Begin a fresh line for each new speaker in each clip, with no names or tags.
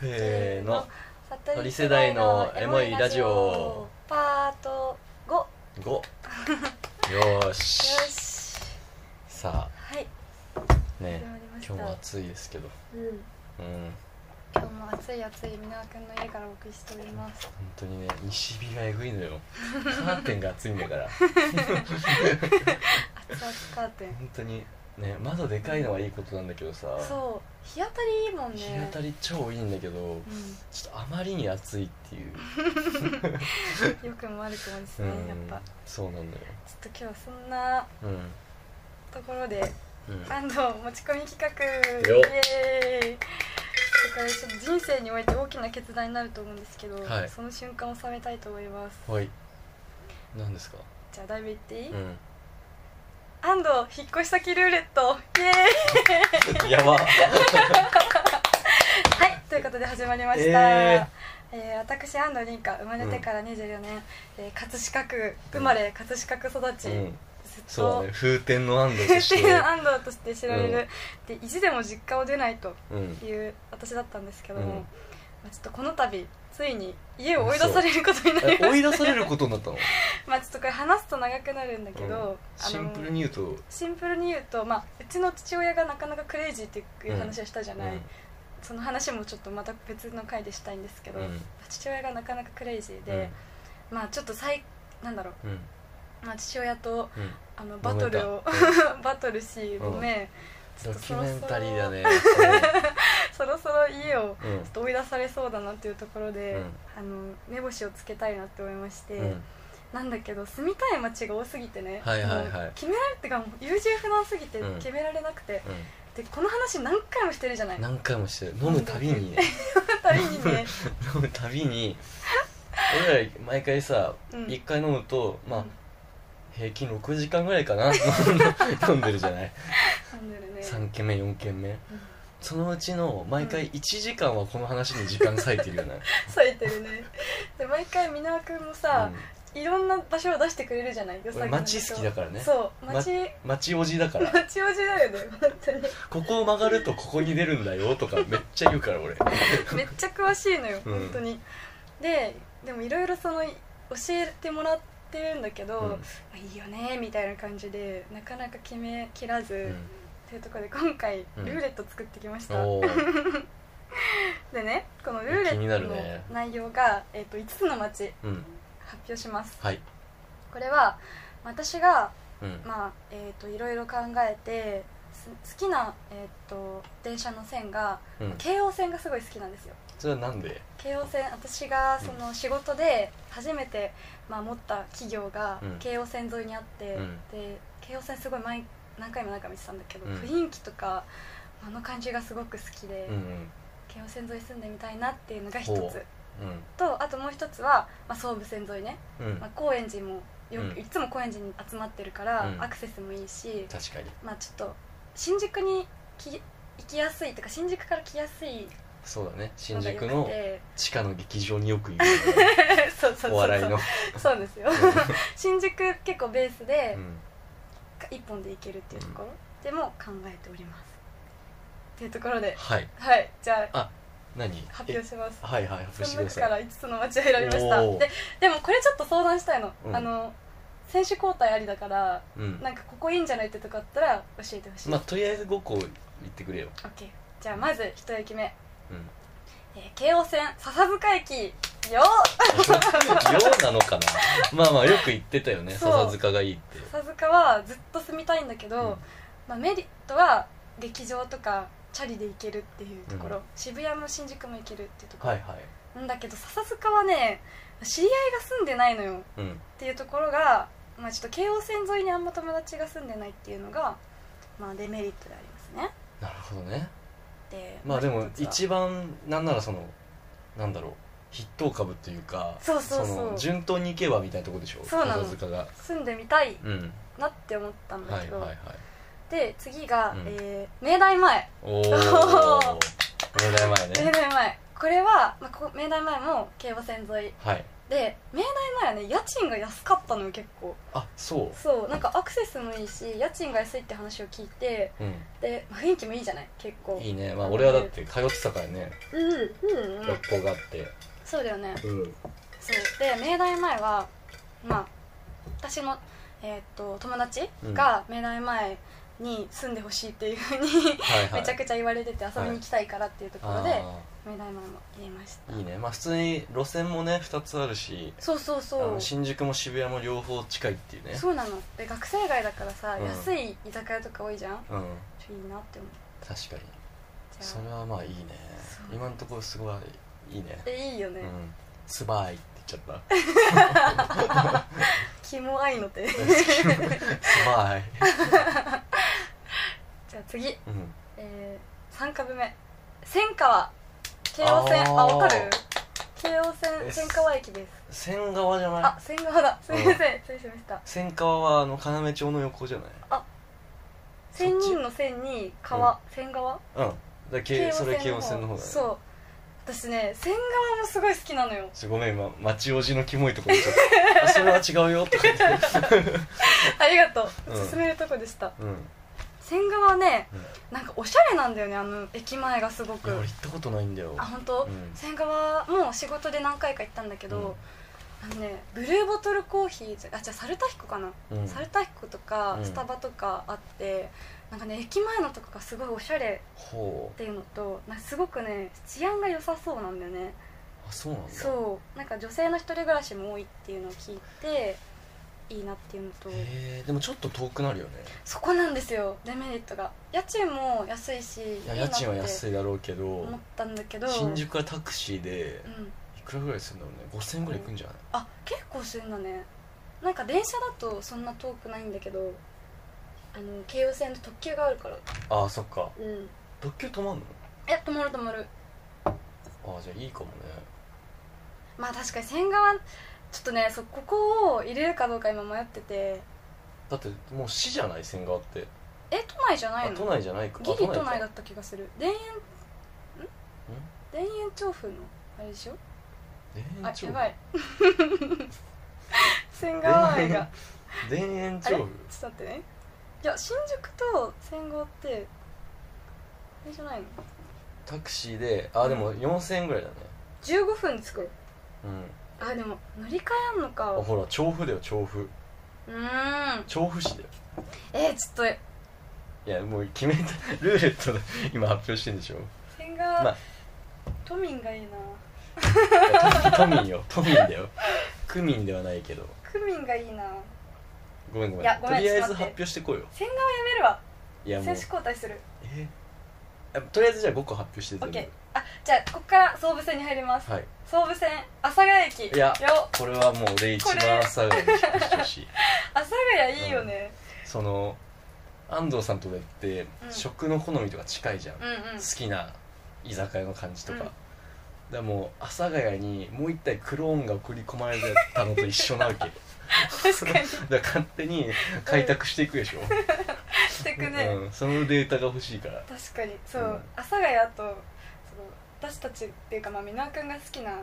せーの
鳥世代のエモいラジオ
パート5よ
5よーし
し
さ
はい
あね
始まりました
今日も暑いですけど
うん
うん
今日も暑い暑い皆川くんの家からお送りしております
本当にね西日がえぐいのよカーテンが暑いんだから
熱々カーテン
本当にね窓でかいのはいいことなんだけどさ
そう日当たりいいもんね
日当たり超いいんだけど
う
ちょっとあまりに暑いっていう、
ん、よくも悪くもです
う
ね
ん
やっぱ
そうなんだよ
ちょっと今日はそんな
うん
ところで
うん
安藤持ち込み企画
よ
イエーイだからちょっと人生において大きな決断になると思うんですけど、
はい
その瞬間を収めたいと思います
はい何ですか
じゃあだいぶ言っていい、
う
安藤引っ越し先ルーレットイエーイ
ん やば
はいということで始まりました、
え
えー私安藤凛香生まれてから24年、えー葛飾区生まれ葛飾育ち、
うん
ずっと
そうだね風天の安藤として
天の安藤として知られる、で意地でも実家を出ないと
うん
いう私だったんですけども、
うん
まあ、ちょっとこの度ついに家を追い出されることになりま
え
した
追い出されることになったの
まあちょっとこれ話すと長くなるんだけど、
うんシンプルに言うと
シンプルに言うと、まあ、うちの父親がなかなかクレイジーっていう話をしたじゃない、その話もちょっとまた別の回でしたいんですけ
う
ど、
ん
父親がなかなかクレイジーで、まあちょっと最なんだろ
うんうん
う、まあ、父親と
うん
あのバトルを
揉 め
バトルし
うん
ごめん、ち
ド
ょっと
キ
そ
ュ
ろ
メ
そ
ン
ろ
タリーだね
そろそろ家を
うん
ちょっと追い出されそうだなっていうところで、
うん
あの目星をつけたいなって思いまして、
うん
なんだけど住みたい街が多すぎてね、
はいはいはい
もう決められてかもう優柔不断すぎて
うん
決められなくて、
うん
でこの話何回もしてるじゃない
何回もしてる飲むたび にね
たびにね
飲むたびに俺ら毎回さ
うん
一回飲むと まあ
うん
平均6時間ぐらいか な飲んでるじゃない
なんだよね
3軒目4軒目
うん
そのうちの毎回1時間はこの話に時間割いてる よね
咲いてるねで毎回箕輪君もさ、いろんな場所を出してくれるじゃないよ
俺街好きだからね
そう街、
うん町おじだから
街おじだよね本 当に
ここを曲がるとここに出るんだよとかめっちゃ言うから俺
めっちゃ詳しいのよ、
うん
本当にででもいろいろその教えてもらってるんだけど、まあ、いいよねみたいな感じでなかなか決めきらず、
うんう
っ
ん
ていうところで今回
う
ル
ん
ーレット作ってきました、
おー
でねこのルーレ
気にな
ット
る
の
ね
内容が、えっと5つの街
うん
発表します
はい
これは私が
うん
まあえー、といろいろ考えてす好きな、えー、と電車の線が
うん
京王線がすごい好きなんですよ
それはなんで
京王線私がその仕事で初めて、まあ、持った企業が
うん
京王線沿いにあって、
うん
で京王線すごい毎何回も何回も見てたんだけど、
うん
雰囲気とかあの感じがすごく好きで、
うんうん
京王線沿い住んでみたいなっていうのが一
ほ
つ
ううん
とあともう一つは、まあ、総武線沿いね、
うん
まあ、高円寺もよ
う
く、
ん
いつも高円寺に集まってるから、
うん
アクセスもいいし
確かに
まあちょっと新宿にき行きやすいとか新宿から来やすい
そうだね新
のが良
宿
く
の
て
地下の劇場によくいるよね
そうそうそうそう
お笑いの
そうで すよ新宿結構ベースで
うん
一本で行けるっていうところでも考えておりますっていうところで
はい
はいじゃあ
何
発表します
えはいはい発表して
その
くだ
中
さ
か
い
ら5つの街を選びました
おー
ででもこれちょっと相談したいの、
うん
あの選手交代ありだから
うん
なんかここいいんじゃないってとこあったら教えてほしい、
まあとりあえず5個言ってくれよ
OK じゃあまず一駅目、
うん
えー京王線笹塚駅よ
う なのかなまあまあよく言ってたよね
そう
笹塚がいいって
っ笹塚はずっと住みたいんだけど、
うん
まあ、メリットは劇場とかチャリで行けるっていうところ、
う
渋谷も新宿も行けるっていうところ、
はいはい
なんだけど笹塚はね知り合いが住んでないのよ
うん
っていうところが、まあ、ちょっと京王線沿いにあんま友達が住んでないっていうのが、まあ、デメリットでありますね
なるほどね
で
まあでも
うつは
一番なんならそのなんだろう筆頭株というか
そうそうそう
の順当にいけばみたいなとこでしょ
そうなの
笹塚が
住んでみたい
うん
なって思ったんだ
は
け
い
ど、
はいはい
で次が、
うん
えー明大前
おお
おー
お題前
明
ね
大前これは、まあ、ここ明大前も京王線沿い
はい
で明大前はね家賃が安かったのよ結構
あそ
そうなんかアクセスもいいし家賃が安いって話を聞いて
うう
で、まあ雰囲気もいいじゃない結構
んいいねまあ俺はだって通ってたからね
うんうんうんうん
学校があって
そうだよね
うん
そうで明大前はまあ私の、えーっと友達が明大前に住んでほしいっていうふうに、
はいはい
めちゃくちゃ言われてて遊びに行きたいからっていうところで、
あ
明大前も入れました
ーいいねまあ普通に路線もね2つあるし
そうそう
あ
そ
の
う
新宿も渋谷も両方近いっていうね
そうなので学生街だからさ、
うん
安い居酒屋とか多いじゃん
うん
ちょいいなって思っ
確かに
ちゃう
それはまあいいね
そう
今のところすごいいいね
えいいよ
う
ね、
んすばいって言っちゃった
キモ愛の手 じ
すば い
ゃあ
う
次
ん
えー、3株目千川京王線あわかる京王線
え
千川駅です
千川じゃ
あ
な
千川だすみません失礼しました
い千川はあの要町の横じゃないそっち
千人の千に川、千川
うんだけそれ京王線の方だね
そう私ね千川もすごい好きなのよ
すごめん今町おじのキモいところ言っちゃったあそれは違うよと か言って
ありがとう、
うん
勧めるとこでした
うん、うん、
千川はね
い
なんかおしゃれなんだよねあの駅前がすごく
や俺行ったことないんだよ
あ本当、
うん
千川も仕事で何回か行ったんだけど、あのねブルーボトルコーヒーあじゃあサルタヒコかな
うん
サルタヒコとか
うん
スタバとかあって、なんかね駅前のとこがすごいおしゃれ
ほ
っていうのとなんかすごくね治安が良さそうなんだよね
うあそうなんだ
そうなんか女性の一人暮らしも多いっていうのを聞いていいなっていうのと
へえでもちょっと遠くなるよね
そこなんですよデメリットが家賃も安いし
いや家賃は安
い
いだろうけど
思ったんだけど
新宿からタクシーで
うん
いくらぐらいするんだろうね5000円ぐらいいくんじゃない
あ結構するんだねなんか電車だとそんな遠くないんだけどあの京王線で特急があるから
ああそっか
うん
特急止まんの
え止まる止まる
ああじゃあいいかもね
まあ確かに千川ちょっとねそここを入れるかどうか今迷ってて
だってもう市じゃない千川って
え都内じゃな
あ
いの
都内じゃないかあ
ギリ都
か
内だった気がする田園ん田園調布のあれでしょ
田
あ
園調布
やばい 千川愛が
田園
あれち
調
ょっ
布
と待ってねいや新宿と千川ってあれじゃないの
タクシーであでも4000円ぐらいだね
15分で着く
うん
あでも乗り換えあんのか
あ
う
ほら調布だよ調布
ーん
調布市だよ
えー、ちょっと
いやもう決めたルーレットで今発表してんでしょ
千川、
まあ
都民がいいない
や都民よ都民だよ区民ではないけど
区民がいいな
ごめんごめん
いやごめん
とりあえ
ちょ
ず
っと
発
待って
表してこうよ
千川やめるわ
いやも
選
う
手交代する
えあとりあえずじゃあ5個発表して
オ
全
ッ
部
ケーあじゃあこっから総武線に入ります、
はい
総武線阿佐ヶ谷駅
いや
よ
これはもう俺一番
これ
朝顔に引っ越してほしい
阿佐ヶ谷いいよね、
その安藤さんと俺って
うん
食の好みとか近いじゃん
うん、うん
好きな居酒屋の感じとか、
うん
だからもう阿佐ヶ谷にもう一体クローンが送り込まれてたのと一緒なわけ
確かにし
だから勝手に開拓していくでしょ、
て
う
くね、
んそのデータが欲しいから
確かにそう、
うん
阿佐ヶ谷とその私たちっていうかまあ箕輪君が好きな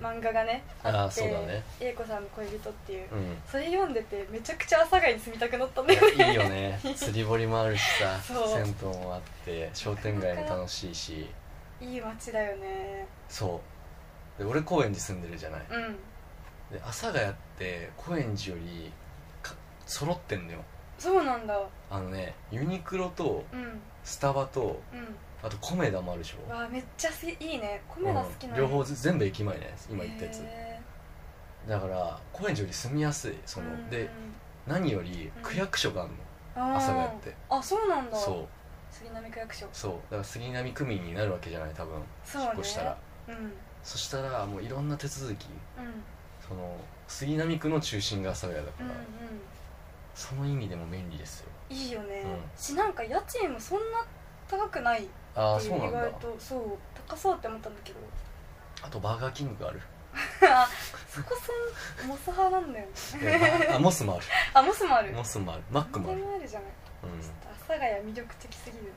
漫画がね、
うんあー
あって
そうだね
英子さんの恋人っていう、
うん
それ読んでてめちゃくちゃ阿佐ヶ谷に住みたくなったんだよね
いやいいよね釣り堀もあるし さ
そう
銭湯もあって商店街も楽しいし
いい街だよね
そうで俺高円寺住んでるじゃない
うん
で阿佐ヶ谷って高円寺よりか揃ってんのよ
そうなんだ
あのねユニクロと
うん
スタバと
う
あとコメダもあるでし
ん
ょ、
わあめっちゃすいいね
う
米
ん
田好きなの、
両方ず全部駅前ね今言ったやつ
へ
だから高円寺より住みやすい
ー
その、
うん
で何より区役所があるの、
あー
朝がやって
あそうなんだ
そう
杉並区役所
そうだから杉並区民になるわけじゃない多分
そう
引
ね
っ越したら
うん
そしたらもういろんな手続き
うんうん
その杉並区の中心が阿佐ヶ谷だか
う
ら、
ん
その意味でも便利ですよ
いいよね、
う
しなんか家賃もそんな高くないっていう
ああそうな
意
んだ
外とそう高そうって思ったん だけど
あとバーガーキングがあ る
あそこそんモス派なんだよね
いやバーあモスもある
あモスもある
モスもあるマックもあ
何
る
でもあるじゃないちょっ
う
と阿佐ヶ谷魅力的すぎる
ん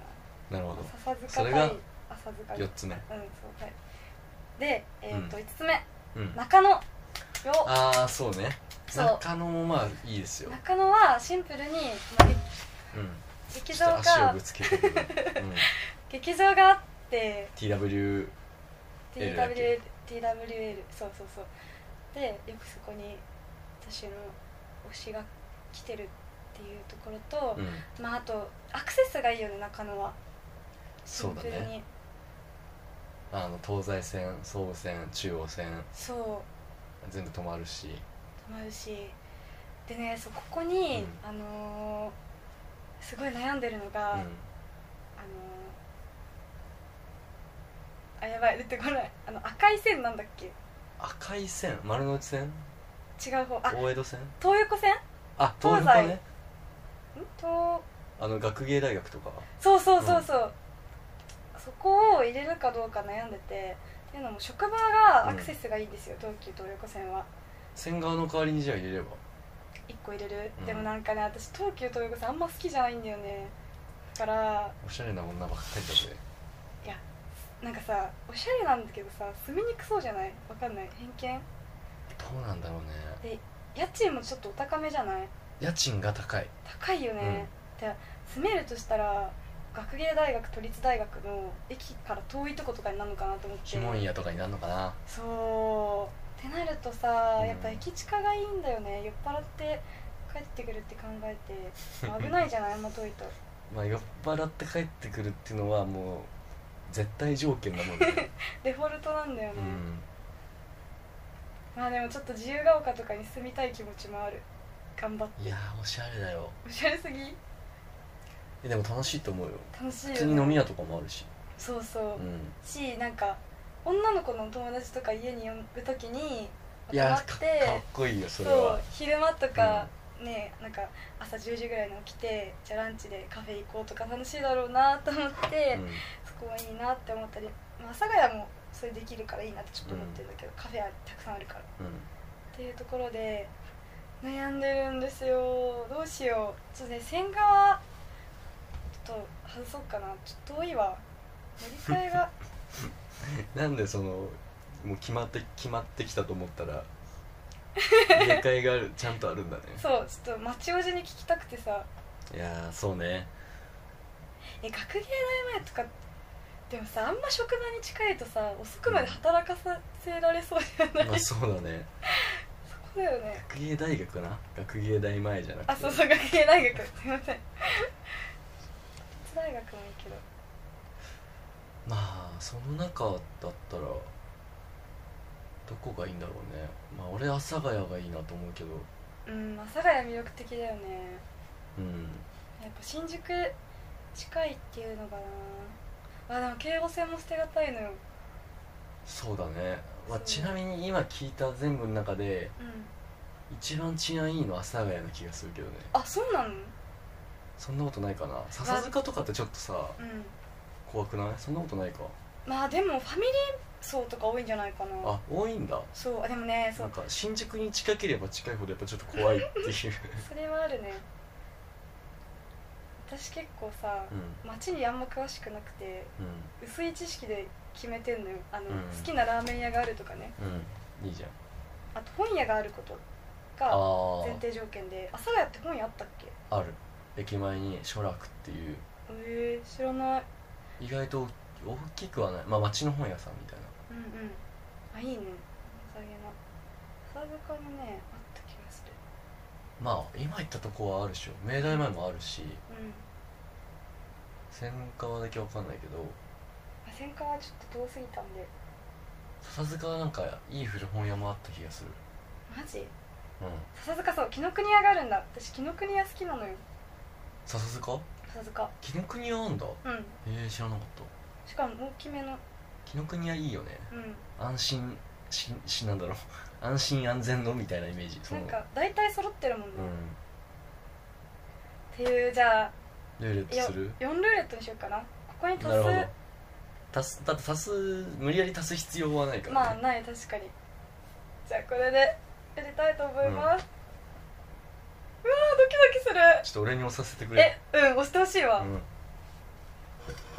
なるほ
な
ど
笹塚
それ
対
が
浅塚
4つ目
うんそうはいでえっ、と、
う
五5つ目
うん
中野よ
ああそうね
そう
中野もまあいいですよ、
中野はシンプルに、まあげ
うん、
劇
ち
場
ょっと足を
が
ぶつけてる、うん、
劇場があって
TW L だっ
TWL
け
TWL そうそうそうでよくそこに私の推しが来てるっていうところと
う、ん
まああとアクセスがいいよね中野はシ
そ
ン
うだ
プルに
ねあの東西線総武線中央線
そう,、
全部止まるし
泊まるしでねそうここに、
う
あのーすごい悩んでるの
う
が、あの
ん
ーあやばい出てこないあの赤い線なんだっけ
赤い線丸の内線
違う方あ
大江戸線
東横線ん
あ
東西
東横ね
東
あの学芸大学とか
そうそうそうそう、そこを入れるかどうか悩んでてっていうのも職場がアクセスがいいんですよ、東急東横線は
線側の代わりにじゃあ入れれば
1個入れる、
うん
でもなんかね私東急東横線あんま好きじゃないんだよねだから
おしゃれな女ばっかりだぜ
なんかさおしゃれなんだけどさ住みにくそうじゃないわかんない偏見
どうなんだろうね
家賃もちょっとお高めじゃない
家賃が高い
高いよね、で住めるとしたら学芸大学都立大学の駅から遠いとことかになるのかなと思って
鬼門屋とかになるのかな
そうってなるとさ、
うん
やっぱ駅近がいいんだよね酔っ払って帰ってくるって考え て危ないじゃないあんま遠いと
まあ酔っ払って帰ってくるっていうのはもう絶対条件なの で
デフォルトなんだよね
う、ん
まあでもちょっと自由が丘とかに住みたい気持ちもある頑張って
いやーおしゃれだよ
おしゃれすぎ
えでも楽しいと思うよ
楽しいよ、ね、
普通に飲み屋とかもあるし
そうそう、
うん
しなんか女の子の友達とか家に呼ぶ時に
い
集ま
や
っ
ーか
て
かっこいいよそ
そ
れは
う昼間とか、ねなんか朝10時ぐらいに起きてじゃあランチでカフェ行こうとか楽しいだろうなと思って、
うん
そこはいいなって思ったり、まあ、阿佐ヶ谷もそれできるからいいなってちょっと思ってるんだけど、カフェはたくさんあるから
うん
っていうところで悩んでるんですよどうしようちょっとね線側ちょっと外そうかなちょっと遠いわ乗り換えが
なんでそのもう決まって決まってきたと思った ら入れ替えがあるちゃんとあるんだね
そうちょっと町おじに聞きたくてさ
いやーそうね
え学芸大前とかでもさあんま職場に近いとさ遅くまで働かさせられそうじゃない、
まあ
そ
そうだね
こだよね
学芸大学かな学芸大前じゃなくて
あそうそう学芸大学すいません都立大学もいいけど
まあその中だったらどこがいいんだろうねまあ俺阿佐ヶ谷がいいなと思うけど
うん阿佐ヶ谷魅力的だよね
うん
やっぱ新宿近いっていうのかなあでも京王線も捨てがたいのよ
そうだね、まあ、
そう
ちなみに今聞いた全部の中で
うん
一番治安いいのは阿佐ヶ谷な気がするけどね
あそうなのうん
そんなことないかな笹塚とかってちょっとさ怖くないそんなことないか
まあでもファミリー層とか多いんじゃないかな
あ多いんだ
そうあでもねそ
なん
う
か新宿に近ければ近いほどやっぱちょっと怖いっていう
それはあるね私結構さ
うん
街にあんま詳しくなくて
う
薄い知識で決めてんのよあの、
うん
好きなラーメン屋があるとかね
んうんいいじゃん
あと本屋があること
あ
が
ー
前提条件で阿佐ヶ谷って本屋あったっけ
ある駅前に書楽っていう
えー、知らない
意外と大きくはないまあ町の本屋さんみたいな
うんうんあいいねおさげな浅塚もねあった気がする
まあ今行ったとこはあるでしょ明大前もあるし
うん
千川だけわかんないけど
あ戦艦はちょっと遠すぎたんで
笹塚はなんかいい古本屋もあった気がする
マジ
うん
笹塚そう紀ノ国屋があるんだ私紀ノ国屋好きなのよ
笹塚
笹塚
紀ノ国屋あんだへ
うん
え知らなかった
しかも大きめの
紀ノ国屋いいよね
うん
安心ししなんだろう 安心安全のみたいなイメージそ
な
の
んか大体揃ってるもんね、
うん
っていうじゃあ
ルーレット
よ
する
4ルーレットにしようかなここに足
なるほど足
す
すだって足す無理やり足す必要はないから、
まあ
ね
ない確かにじゃあこれでやりたいと思います、うわードキドキする
ちょっと俺に押させてくれ
えうん押してほしいわ、
うん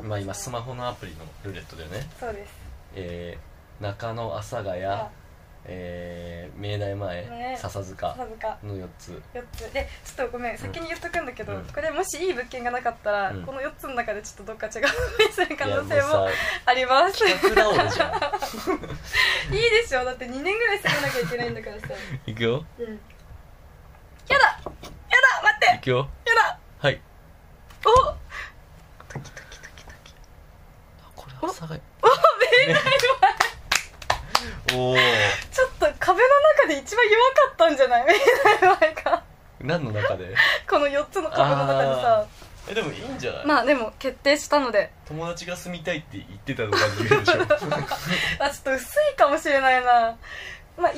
まあ今スマホのアプリのルーレットだよね
そうです
えー、中野阿佐ヶ谷、
あ
えー明大前
ね
笹塚
さずか
の4つ
4つでちょっとごめん先に言っとくんだけど、
うん
これもしいい物件がなかったら、
うん
この4つの中でちょっとどっか違うお店する可能
い
性
やも
も
う
あります
さひたすら俺じゃん
いいでしょだって2年ぐらい住まなきゃいけないんだからさ
いくよ
うんやだやだ待って
いくよ
やだ
はい
お
ドキドキドキドキあこれ朝がおお
ちょっと壁の中で一番弱かったんじゃない 明大前が
何の中 で
この4つの壁の中でさ
えでもいいんじゃない、
まあでも決定したので
友達が住みたいって言ってたのか理由でしょ
あちょっと薄いかもしれないなまあ一回明大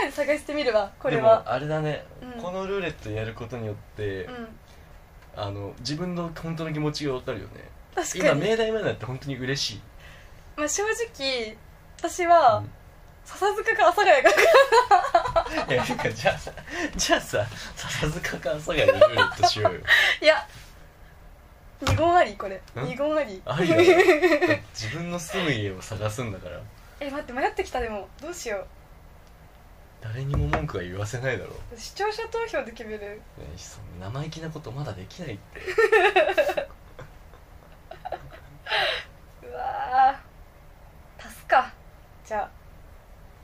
前で探してみるわ これ
で
は
もあれだね、
うん
このルーレットやることによって、
うん
あの自分の本当の気持ちが分かるよね
確か
今
に、
明大前だって本当に嬉しい
まあ、正直私は
うん
笹塚か阿佐ヶ谷か
いやなんかじゃあじゃあさ笹塚か朝霞でルーレットしようよ
いや二言ありこれ
ん
二言あり
ありだよだって自分の住む家を探すんだから
え待って迷ってきたでもどうしよ
誰にも文句は言わせないだろう
う視聴者投票で決める
ねそんな生意気なことまだできないって
うわー足すかじゃ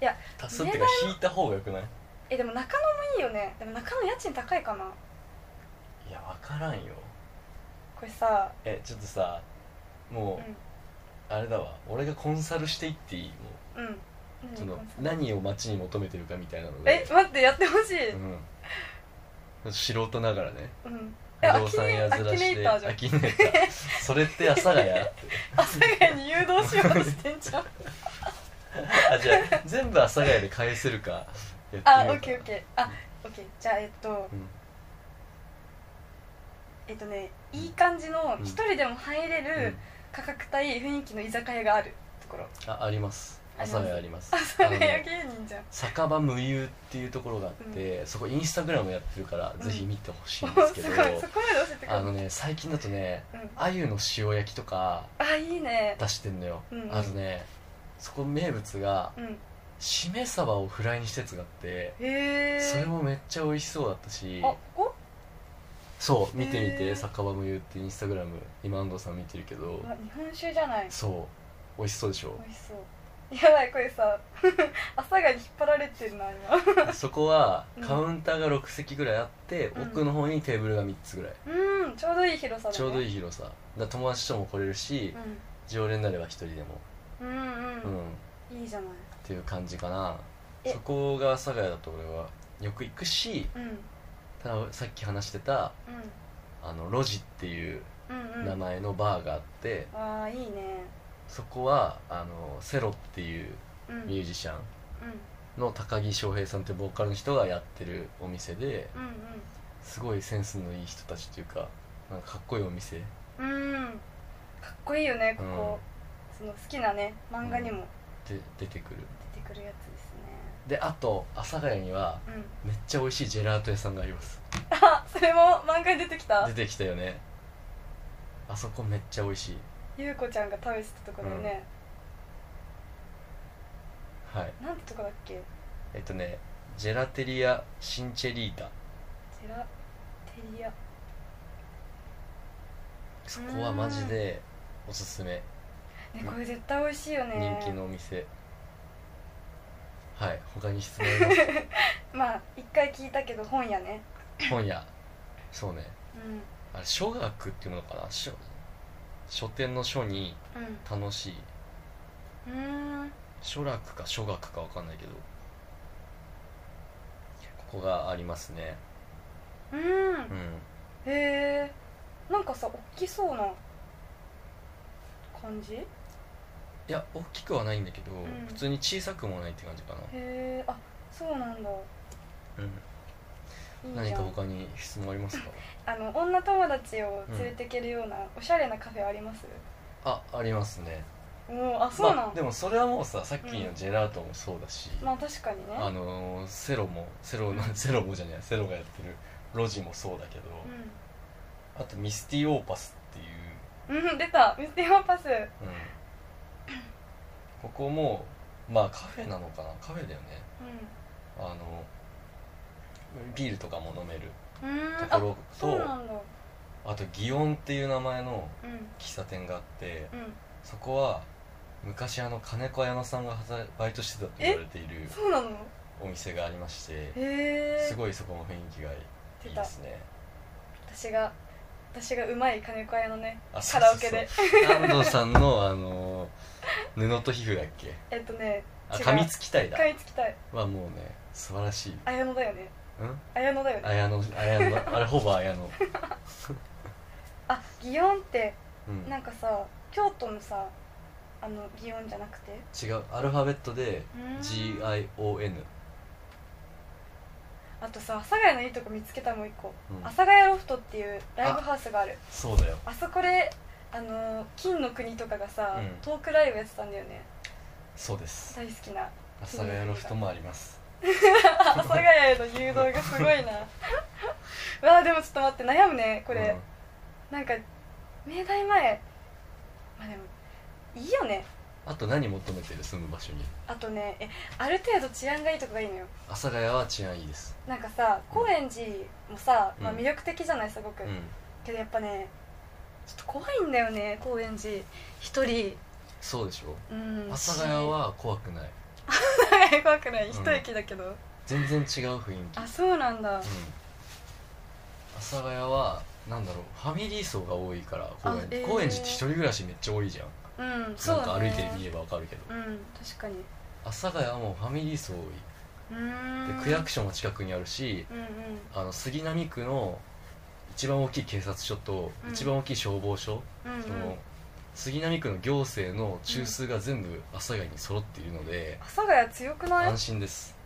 あ
足すってか引いた方がよくない
えでも中野もいいよねでも中野家賃高いかない
や分からんよ
これさ
えちょっとさ
う
もう、あれだわ俺がコンサルしていっていいも
んうん
うその
何
何を街に求めてるかみたいなの
え
で
待ってやってほしい
うん、素人ながらね
うんえ
不
ア
動
キ
産
ネ
屋
ア
ずら
キネ
し
イ
て
ターじゃん
アキネーターそれって阿佐ヶ谷って
阿佐ヶ谷に誘導しようとしてんじ ゃん
あじゃあ全部阿佐ヶ谷で返せるかやってみようか
あ、オッケーオッケー。あ、オッケー。じゃあえっと
うん
えっとね、いい感じの
うん
一人でも入れる価格帯雰囲気の居酒屋があるところ。
ああります阿
あります
佐ヶ谷あります
阿佐ヶ谷
あのね
芸人じゃん。
酒場無憂っていうところがあって、そこインスタグラムやってるから、
うん
ぜひ見てほしい
お
ん
す
で
ごい
すけど
そこまで教えてくれ
あ
る。
の
うん。
ね最近だとね鮎の塩焼きとか
あ、いいね。
出してんのよ、
うん
あとねそこ名物が
うん。
しめ鯖をフライにしたやつがあって
へ
それ
え。
もめっちゃ美味しそうだったし
あ、ここ？
そう見てみ
へ
て
ー
酒場無憂ってインスタグラム今安藤さん見てるけど
あ、日本酒じゃない。
そう美味しそうで しょ
美味しそう。やばいこれさ、 阿佐ヶ谷に引っ張られてるな今。
そこは
うん
カウンターが6席ぐらいあって、
うん
奥の方にテーブルが3つぐらい、
うん、ちょうどいい広さだね。
ちょうどい
い。
い広さだから友達とも来れるし、常連なれば一人でも
うん。うん
う、
うんん
っ。
いいじゃない。
ていう感じかな
え
そこが阿佐ヶ谷だと俺はよく行くし
うん。
たださっき話してたあのロジっていう
うん。うんう
名
ん。
前のバーがあって、
ああ、いいね。
そこはあのセロっていう
うん。うん。
ミュージシャンの高木翔平さんってボーカルの人がやってるお店で
うん
すごいセンスのいい人たちっていうかなんかかっこいいお店
うんうんかっこいいよねここ、その好きなね漫画にも
で出てくる
出てくるやつですね
であと阿佐ヶ谷には
うん
めっちゃ美味しいジェラート屋さんがあります
あそれも漫画に出てきた
出てきたよねあそこめっちゃ美味しい
ゆうこちゃんが食べてたとこだよね、
はい
なんてとこだっけ
えっとねジェラテリアシンチェリータ
ジェラテリア
そこはマジでおすすめ
ねこれ絶対美味しいよね
人気のお店はい他に質問ありますか
まあ一回聞いたけど本屋ね
本屋そうね
う
あれ書学っていうのかな書書店の書に
ん
楽しい
うんうーん
書楽か書学かわかんないけどここがありますね
うん
うん
へえなんかさ大きそうな感じへ
いや大きくはないんだけど、
ん
普通に小さくもないって感じかな、
えあそうなんだいいじゃん
何か他に質問あります か
あの女友達を連れてけるようなおしゃれなカフェあります、
あありますね
もうあそうなん、
まあ、でもそれはもうささっき
う
の
ん
ジェラートもそうだし、
まあ確かにね
あのーセロもセロ のセロもじゃないセロがやってるロジもそうだけど、あとミスティオーパスっていう
うん、うん、出たミスティオンパス
うんここもまあカフェなのかなカフェだよね
う
あのビールとかも飲める
んうーん
ところ
あ
と
そうなんだ
あと祇園っていう名前の
うん
喫茶店があって
うん
そこは昔あの金子綾乃さんが働いバイトしてたと言われている
そうなの
お店がありまして
へえ
すごいそこも雰囲気がい
出
い
た
ですね
私が私がうまい金子屋のね
あ
カラオケで
そうそうそう安藤さんのあの布と皮膚だっけ
えっとね
あ
違う
噛みつきたいだ
買いつきたい
はもうね素晴らしい
綾乃だよね
うん
綾乃だよね
綾乃綾乃あれほぼ綾乃
あ祇園って
うん
なんかさ京都のさあの祇園じゃなくて
違うアルファベットで
うーん
GION
あとさ阿佐ヶ谷のいいとこ見つけたもう一個、
うん
阿佐ヶ谷ロフトっていうライブハウスがある
そうだよ
あそこであのー金の国とかがさ、
うん
トークライブやってたんだよね
そうです
大好き な
阿佐ヶ谷ロフトもあります
阿佐ヶ谷への誘導がす ごいなうわあでもちょっと待って悩むねこれ、なんか明大前まあでもいいよね
うんあと何求めてる住む場所に
あとねえある程度治安がいいとこがいいのよ
阿佐ヶ谷は治安いいです
なんかさ高円寺もさ、まあ、
うん
魅力的じゃないすごく、
うん
けどやっぱねちょっと怖いんだよね高円寺一人
そうでしょ
うん
阿佐ヶ谷は怖くない
し怖くない
ん
一駅だけど、
全然違う雰囲気うん
あそうなんだ、
阿佐ヶ谷はなんだろうファミリー層が多いから高円
あへ
寺
ー
高円寺って一人暮らしめっちゃ多いじゃん
うんそう
なん
だ
か歩
ね
いてみればわかるけど
うん確かに
阿佐ヶ谷はもうファミリー層多いう
ーん
で区役所も近くにあるし
うんうん
あの杉並区の一番大きい警察署と
うん
一番大きい消防署、
うんうん
その杉並区の行政の中枢が全部阿佐ヶ谷に揃っているので
阿佐ヶ谷強くない
安心です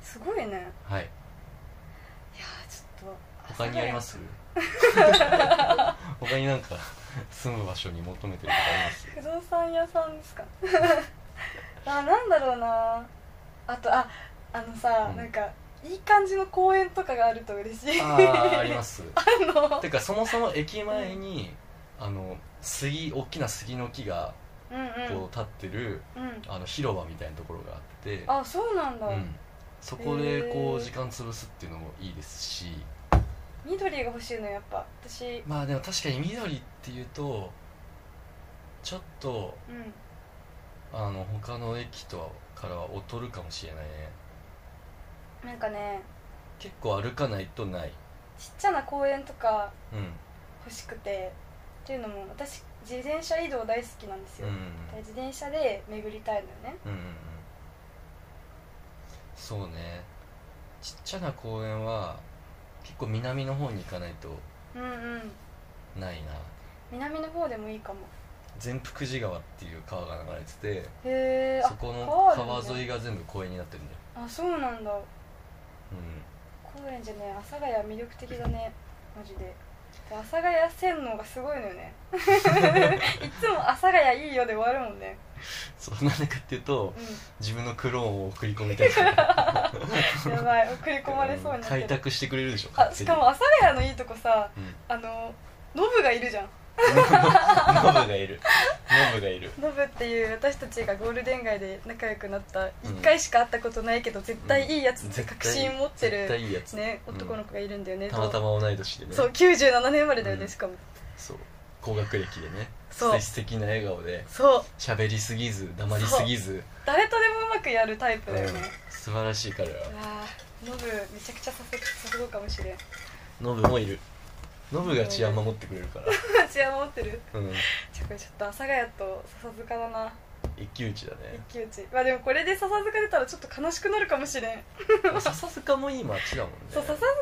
すごいねいやー
はい
ちょっと
他にあり ます他になんか住む場所に求めてるとこあります
不動産屋さんですか あなんだろうなあとああのさ、
うん
なんかいい感じの公園とかがあると嬉しい
ああありますす
あんの
てかそもそも駅前にあの杉大きな杉の木が
うん
こう立ってる
うんうん
あの広場みたいなところがあって
あそうなんだ、
うん、そこでこ
へー
う時間潰すっていうのもいいですし
緑が欲しいのやっぱ私
まあでも確かに緑っていうとちょっと
うん
あの他の駅とはからは劣るかもしれないね
なんかね
結構歩かないとない
ちっちゃな公園とか
うん
欲しくてっていうのも私自転車移動大好きなんです
う
よ、
ん
で自転車で巡りたいのよね
うんうんうんそうねちっちゃな公園は結構南の方に行かないと
うんうん
ないな
南の方でもいいかも
善福寺川っていう川が流れてて
へえ
そ
あ
この
川あるんだ
川沿いが全部公園になってるんだよ、
あそうなんだ
うん、
高円寺ね阿佐ヶ谷魅力的だねマジでで阿佐ヶ谷洗脳がすごいのよね いつも「阿佐ヶ谷いいよ」で終わるもんね
そうなんでかっていうと
う
自分のクローンを送り込みたいから
んやばい送り込まれそうになって
開
る
拓してくれるでしょ
あ
勝手
し
に
かも阿佐ヶ谷のいいとこさ
うん
あのノブがいるじゃん
ノブがいるノブがいる
ノブっていう私たちがゴールデン街で仲良くなった1回しか会ったことないけど絶対いいやつって確信持って
絶対
る、
いいやつ
ね、
うん
男の子がいるんだよね、
たまた
ま
ま同い年でね
そう97年生まれだよね、
うん
しかも
そう高学歴でね
そう
素敵な笑顔で
そう
喋りすぎず黙りすぎず、
誰とでもうまくやるタイプ
うん
だよね、
素晴らしい彼は
うわーノブめちゃくちゃ誘誘うかもしれん
ノブもいるノブが治安守ってくれるから
治安守ってる
うん
ちょこれちょっと阿佐ヶ谷と笹塚だな
一騎打ちだね
一騎打ちまあでもこれで笹塚出たらちょっと悲しくなるかもしれん、
笹塚もいい街だもんね
そう笹塚もね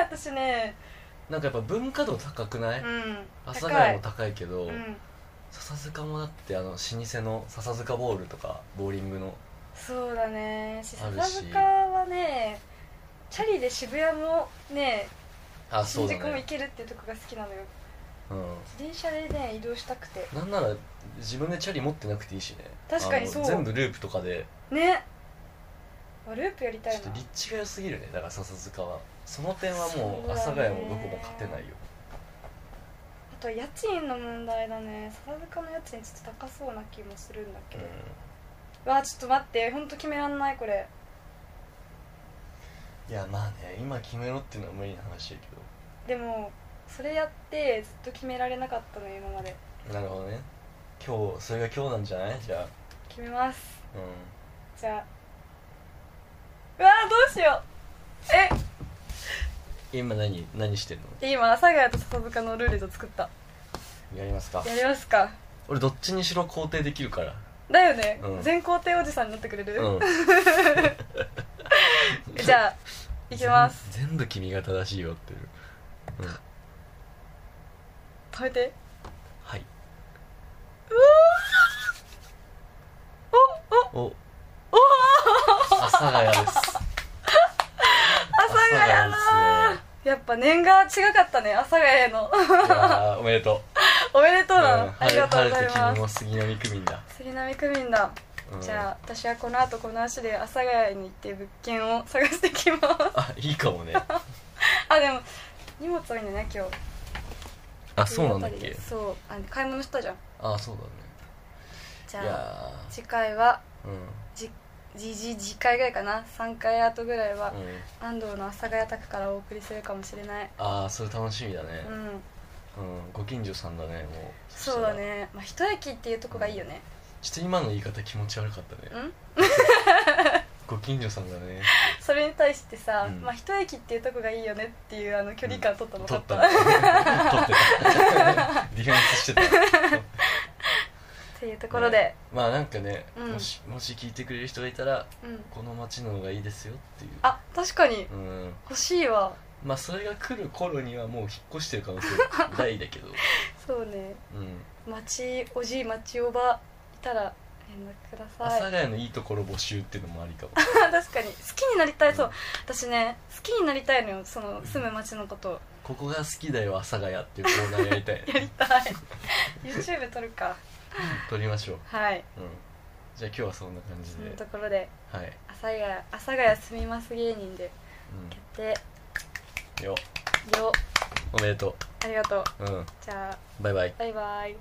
私ね
なんかやっぱ文化度高くな
う
い、
ん
阿佐ヶ
高
谷
い
も高いけど、
うん
笹塚もだってあの老舗の笹塚ボールとかボーリングの
そうだねし
ある
笹
し
塚はねチャリで渋谷もね
あそ
新
うだ
宿も行
ね
けるっていうとこが好きなのよ
う
自転車でね移動したくて
んなんなら自分でチャリ持ってなくていいしね
確かにそう
あの全部ループとかで
ねあループやりた
ちょ
い
っ
な
と立地が良すぎるねだから笹塚はその点はも
そう
う
だ
阿
ね
佐ヶ谷もどこも勝てないよ
あと家賃の問題だね笹塚の家賃ちょっと高そうな気もするんだけ
う
ど、
ん
わあちょっと待ってほんと決めらんないこれ
いやまあね今決めろっていうのは無理な話だけ
でもそれやってずっと決められなかったのよ今まで
どなるほどね今日それが今日なんじゃないじゃあ
決めます
う
じゃあうわあどうしようえ
ん今何何してんの
で今阿佐ヶ谷と笹塚のルーレット作った
やりますか
やりますか
俺どっちにしろ肯定できるから
だよね、
うん
全肯定おじさんになってくれる、
うん
じゃあいきます
全全部君が正しいよっていう、うん、
止めて
はいう
わーおお
おお阿佐ヶ谷です
阿佐ヶ谷だーやっぱ年が違かったね阿佐ヶ谷の
阿佐ヶ谷ですねいやーおめでとう
おめでとうなの、
ん
ありがとうござい
晴れて
ま
君
す
も杉並区民だ、
杉並区民だ、
うん
じゃあ私はこの後この足で阿佐ヶ谷に行って物件を探してきます
あいいかもね
あでも荷物多いんだね今日
あそうなんだっ
冬あたり
け
でそうあ買い物したじゃん
あそう
じ
だねい
ゃあ
や
次回は
ーうん
じじじ次回ぐらいかな3回後ぐらいは、
うん
安藤の阿佐ヶ谷宅からお送りするかもしれない
ああそれ楽しみだね
うん
うん、ご近所さんだねもうした
そう
ら
だねまあ一駅っていうとこがいいよね
ちょっと今の言い方気持ち悪かった
う
ね
ん
ご近所さんだね
それに対してさ、
うん
まあ一駅っていうとこがいいよねっていうあの距離感取ったの
取
分
っ
か
た
った、
ね
っ
取ってたディフェンスしてた
ていうところで、
まあなんかね、
うん
もしもし聞いてくれる人がいたら
うん
この街の方がいいですよっていう
あ確かに
うん
欲しいわ
まあそれが来る頃にはもう引っ越してる 可能性大だけど
そうね
うん
町おじい町おばいたら連絡くだ
阿
さ
佐
い
ヶ谷のいいところ募集っていうのもありかも
確かに好きになりたいそう
うん
私ね好きになりたいのよその住む町のことを
ここが好きだよ阿佐ヶ谷っていうコーナーやりたい
やりたい YouTube 撮るか
撮りましょう
はい
うんじゃあ今日はそんな感じ
そ
で
のところで
はい、
阿佐ヶ谷阿佐ヶ谷住みます芸人で決定
うん、よ
よ
おめでと
ありがとう
ううん
じゃあ
バイバイ
バイバイ